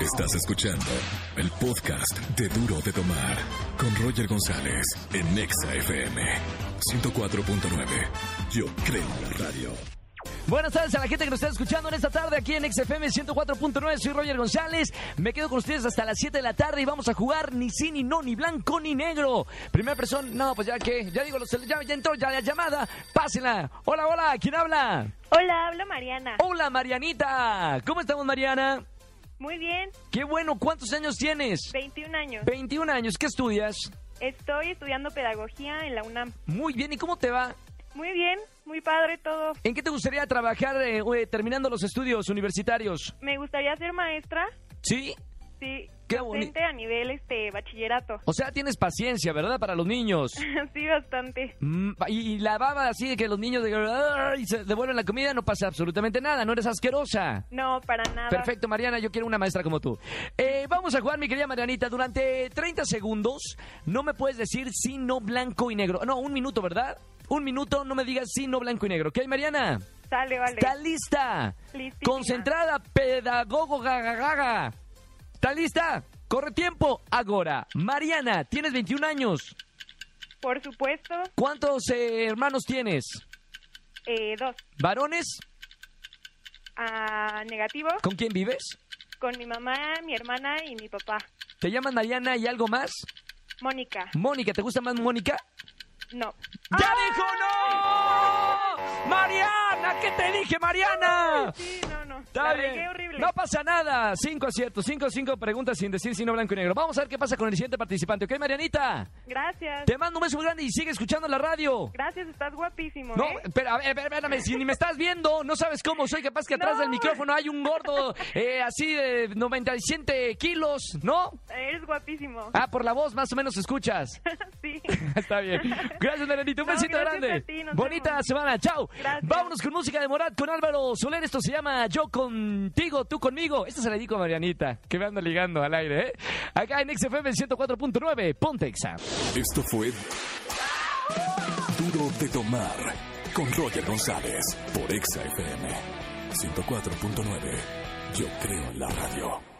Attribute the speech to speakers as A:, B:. A: Estás escuchando el podcast de Duro de Tomar con Roger González en Nexa FM 104.9. Yo creo en la radio.
B: Buenas tardes a la gente que nos está escuchando en esta tarde aquí en XFM 104.9. Soy Roger González. Me quedo con ustedes hasta las 7 de la tarde y vamos a jugar ni sí, ni no, ni blanco, ni negro. Primera persona, no, pues ya que, ya digo, los- ya, ya entró ya la llamada. Pásenla. Hola, hola, ¿quién habla?
C: Hola, habla Mariana.
B: Hola, Marianita. ¿Cómo estamos, Mariana?
C: Muy bien,
B: Qué bueno, ¿cuántos años tienes?
C: 21 años.
B: 21 años, ¿qué estudias?
C: Estoy estudiando pedagogía en la UNAM.
B: Muy bien, ¿y cómo te va?
C: Muy bien, muy padre todo.
B: ¿En qué te gustaría trabajar eh, eh, terminando los estudios universitarios?
C: Me gustaría ser maestra,
B: ¿Sí?
C: sí,
B: Qué
C: docente a nivel este bachillerato.
B: O sea, tienes paciencia, ¿verdad? Para los niños.
C: sí, bastante.
B: Mm, Y y la baba así de que los niños de- ¡Ay! se devuelven la comida, no pasa absolutamente nada, no eres asquerosa.
C: No, para nada.
B: Perfecto, Mariana, yo quiero una maestra como tú. Eh, vamos a jugar, mi querida Marianita, durante 30 segundos no me puedes decir sí, no, blanco y negro. No, un minuto, ¿verdad? Un minuto, no me digas sí, no, blanco y negro. ¿Ok, Mariana?
C: Sale, vale.
B: ¿Está lista?
C: Listísima.
B: Concentrada, pedagogo gagagaga. ¿Está lista? Corre tiempo, ahora. Mariana, tienes 21 años.
C: Por supuesto,
B: ¿Cuántos eh, hermanos tienes?
C: eh, dos.
B: ¿Varones?
C: Ah, negativo,
B: ¿Con quién vives?
C: con mi mamá, mi hermana y mi papá.
B: ¿Te llaman Mariana y algo más?
C: Mónica,
B: Mónica, ¿te gusta más Mónica?
C: no.
B: ¡Ya dijo no! ¡Mariana! ¿Qué te dije, Mariana?
C: Sí, no, no.
B: Está
C: La
B: bien.
C: regué horrible.
B: No pasa nada. Cinco aciertos, cinco, cinco preguntas sin decir sino blanco y negro. Vamos a ver qué pasa con el siguiente participante, ¿ok, Marianita?
C: Gracias.
B: Te mando un beso muy grande y sigue escuchando la radio.
C: Gracias, estás guapísimo.
B: No,
C: ¿eh?
B: espera, a ver, espera, espérame, si ni me estás viendo, no sabes cómo soy capaz que atrás
C: No.
B: del micrófono hay un gordo eh, así de 97 kilos, ¿no?
C: Eres guapísimo.
B: Ah, por la voz más o menos escuchas.
C: sí.
B: Está bien. Gracias, Nerenita. Un
C: No,
B: besito
C: gracias
B: grande.
C: a ti, nos
B: Bonita
C: vemos.
B: semana. Chao.
C: Gracias.
B: Vámonos con música de Morat con Álvaro Soler. Esto se llama Yo contigo, tú conmigo. Esta se la dedico a Marianita, que me anda ligando al aire, ¿eh? Acá en XFM 104.9, Pontexa.
A: Esto fue Duro de Tomar con Roger González por Exa FM 104.9. Yo creo en la radio.